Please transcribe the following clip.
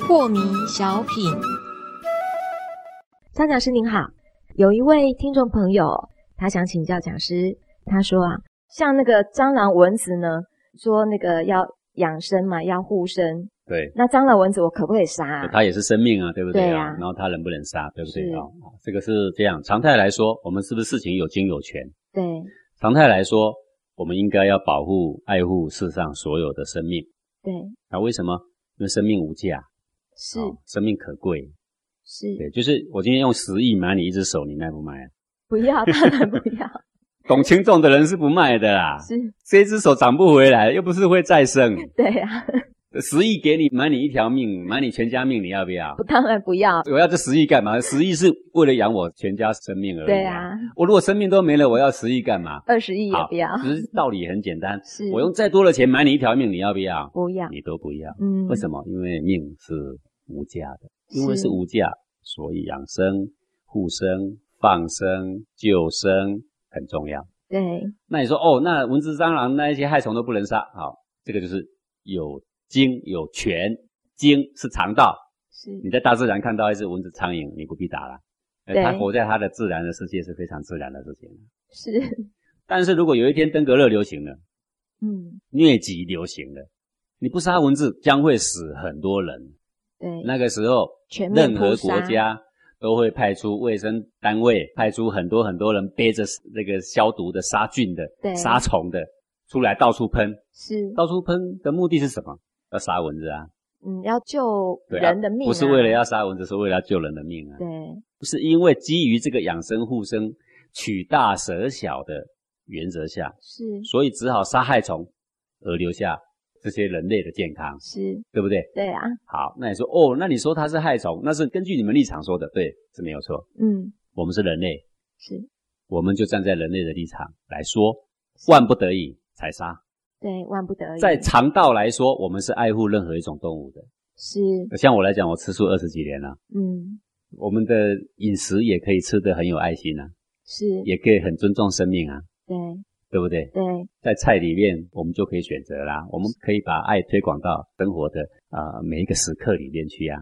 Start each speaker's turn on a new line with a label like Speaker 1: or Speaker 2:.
Speaker 1: 破迷小品，张讲师您好，有一位听众朋友，他想请教讲师，他说啊，像那个蟑螂、蚊子呢，说那个要养生嘛，要护身。
Speaker 2: 对，
Speaker 1: 那蟑螂、蚊子我可不可以杀、啊？
Speaker 2: 它也是生命啊，对不对
Speaker 1: 对啊
Speaker 2: 然后它能不能杀，对不对
Speaker 1: 是
Speaker 2: 啊？这个是这样，常态来说，我们是不是事情有经有权？
Speaker 1: 对
Speaker 2: 常态来说，我们应该要保护、爱护世上所有的生命。
Speaker 1: 对，
Speaker 2: 那、为什么？因为生命无价，
Speaker 1: 是、
Speaker 2: 啊生命可贵。
Speaker 1: 是，
Speaker 2: 对，就是我今天用十亿买你一只手，你卖不卖啊？
Speaker 1: 不 要，当然不要，
Speaker 2: 懂轻重的人是不卖的啦。
Speaker 1: 是，
Speaker 2: 这只手长不回来，又不是会再生。
Speaker 1: 对啊，
Speaker 2: 十亿给你买你一条命，买你全家命，你要不要
Speaker 1: 不？当然不要，
Speaker 2: 我要这十亿干嘛？十亿是为了养我全家生命而已、
Speaker 1: 对啊，，
Speaker 2: 我如果生命都没了，我要十亿干嘛？
Speaker 1: 二十亿也
Speaker 2: 好
Speaker 1: 不要，
Speaker 2: 其实道理很简单，
Speaker 1: 啊是，
Speaker 2: 我用再多的钱买你一条命，你要不要？
Speaker 1: 不要，
Speaker 2: 你都不要。
Speaker 1: 嗯，
Speaker 2: 为什么？因为命是无价的，因为
Speaker 1: 是
Speaker 2: 是无价，所以养生、护生、放生、救生很重要。
Speaker 1: 嗯对，
Speaker 2: 那你说哦，那蚊子、蟑螂那一些害虫都不能杀，好，这个就是有经有权，经是肠道，
Speaker 1: 是，
Speaker 2: 你在大自然看到一只蚊子、苍蝇，你不必打了，呃
Speaker 1: 对
Speaker 2: 它活在它的自然的世界是非常自然的事情。
Speaker 1: 是，
Speaker 2: 但是如果有一天登革热流行了，
Speaker 1: 嗯，
Speaker 2: 疟疾流行了，你不杀蚊子将会死很多人。
Speaker 1: 对，
Speaker 2: 那个时候，
Speaker 1: 全面
Speaker 2: 任何
Speaker 1: 扑杀
Speaker 2: 国家都会派出卫生单位，派出很多很多人背着那个消毒的杀菌的
Speaker 1: 对、
Speaker 2: 杀虫的出来到处喷。
Speaker 1: 是，
Speaker 2: 到处喷的目的是什么？要杀蚊子啊！
Speaker 1: 嗯，要救
Speaker 2: 对啊
Speaker 1: 人的命、啊
Speaker 2: 不是为了要杀蚊子，是为了要救人的命啊！
Speaker 1: 对，
Speaker 2: 不是因为基于这个养生护生、取大舍小的原则下，
Speaker 1: 是
Speaker 2: 所以只好杀害虫，而留下这些人类的健康，
Speaker 1: 是，
Speaker 2: 对不对？
Speaker 1: 对啊，
Speaker 2: 好，那你说哦，那你说它是害虫，那是根据你们立场说的，对，是没有错。
Speaker 1: 嗯，
Speaker 2: 我们是人类，
Speaker 1: 是
Speaker 2: 我们就站在人类的立场来说，万不得已才杀。
Speaker 1: 对，万不得已，
Speaker 2: 在肠道来说，我们是爱护任何一种动物的。
Speaker 1: 是，
Speaker 2: 像我来讲，我吃素二十几年了，
Speaker 1: 嗯，
Speaker 2: 我们的饮食也可以吃得很有爱心啊，
Speaker 1: 是，
Speaker 2: 也可以很尊重生命啊，
Speaker 1: 对
Speaker 2: 对不对？
Speaker 1: 对
Speaker 2: 在菜里面，我们就可以选择啦，我们可以把爱推广到生活的啊、呃每一个时刻里面去啊。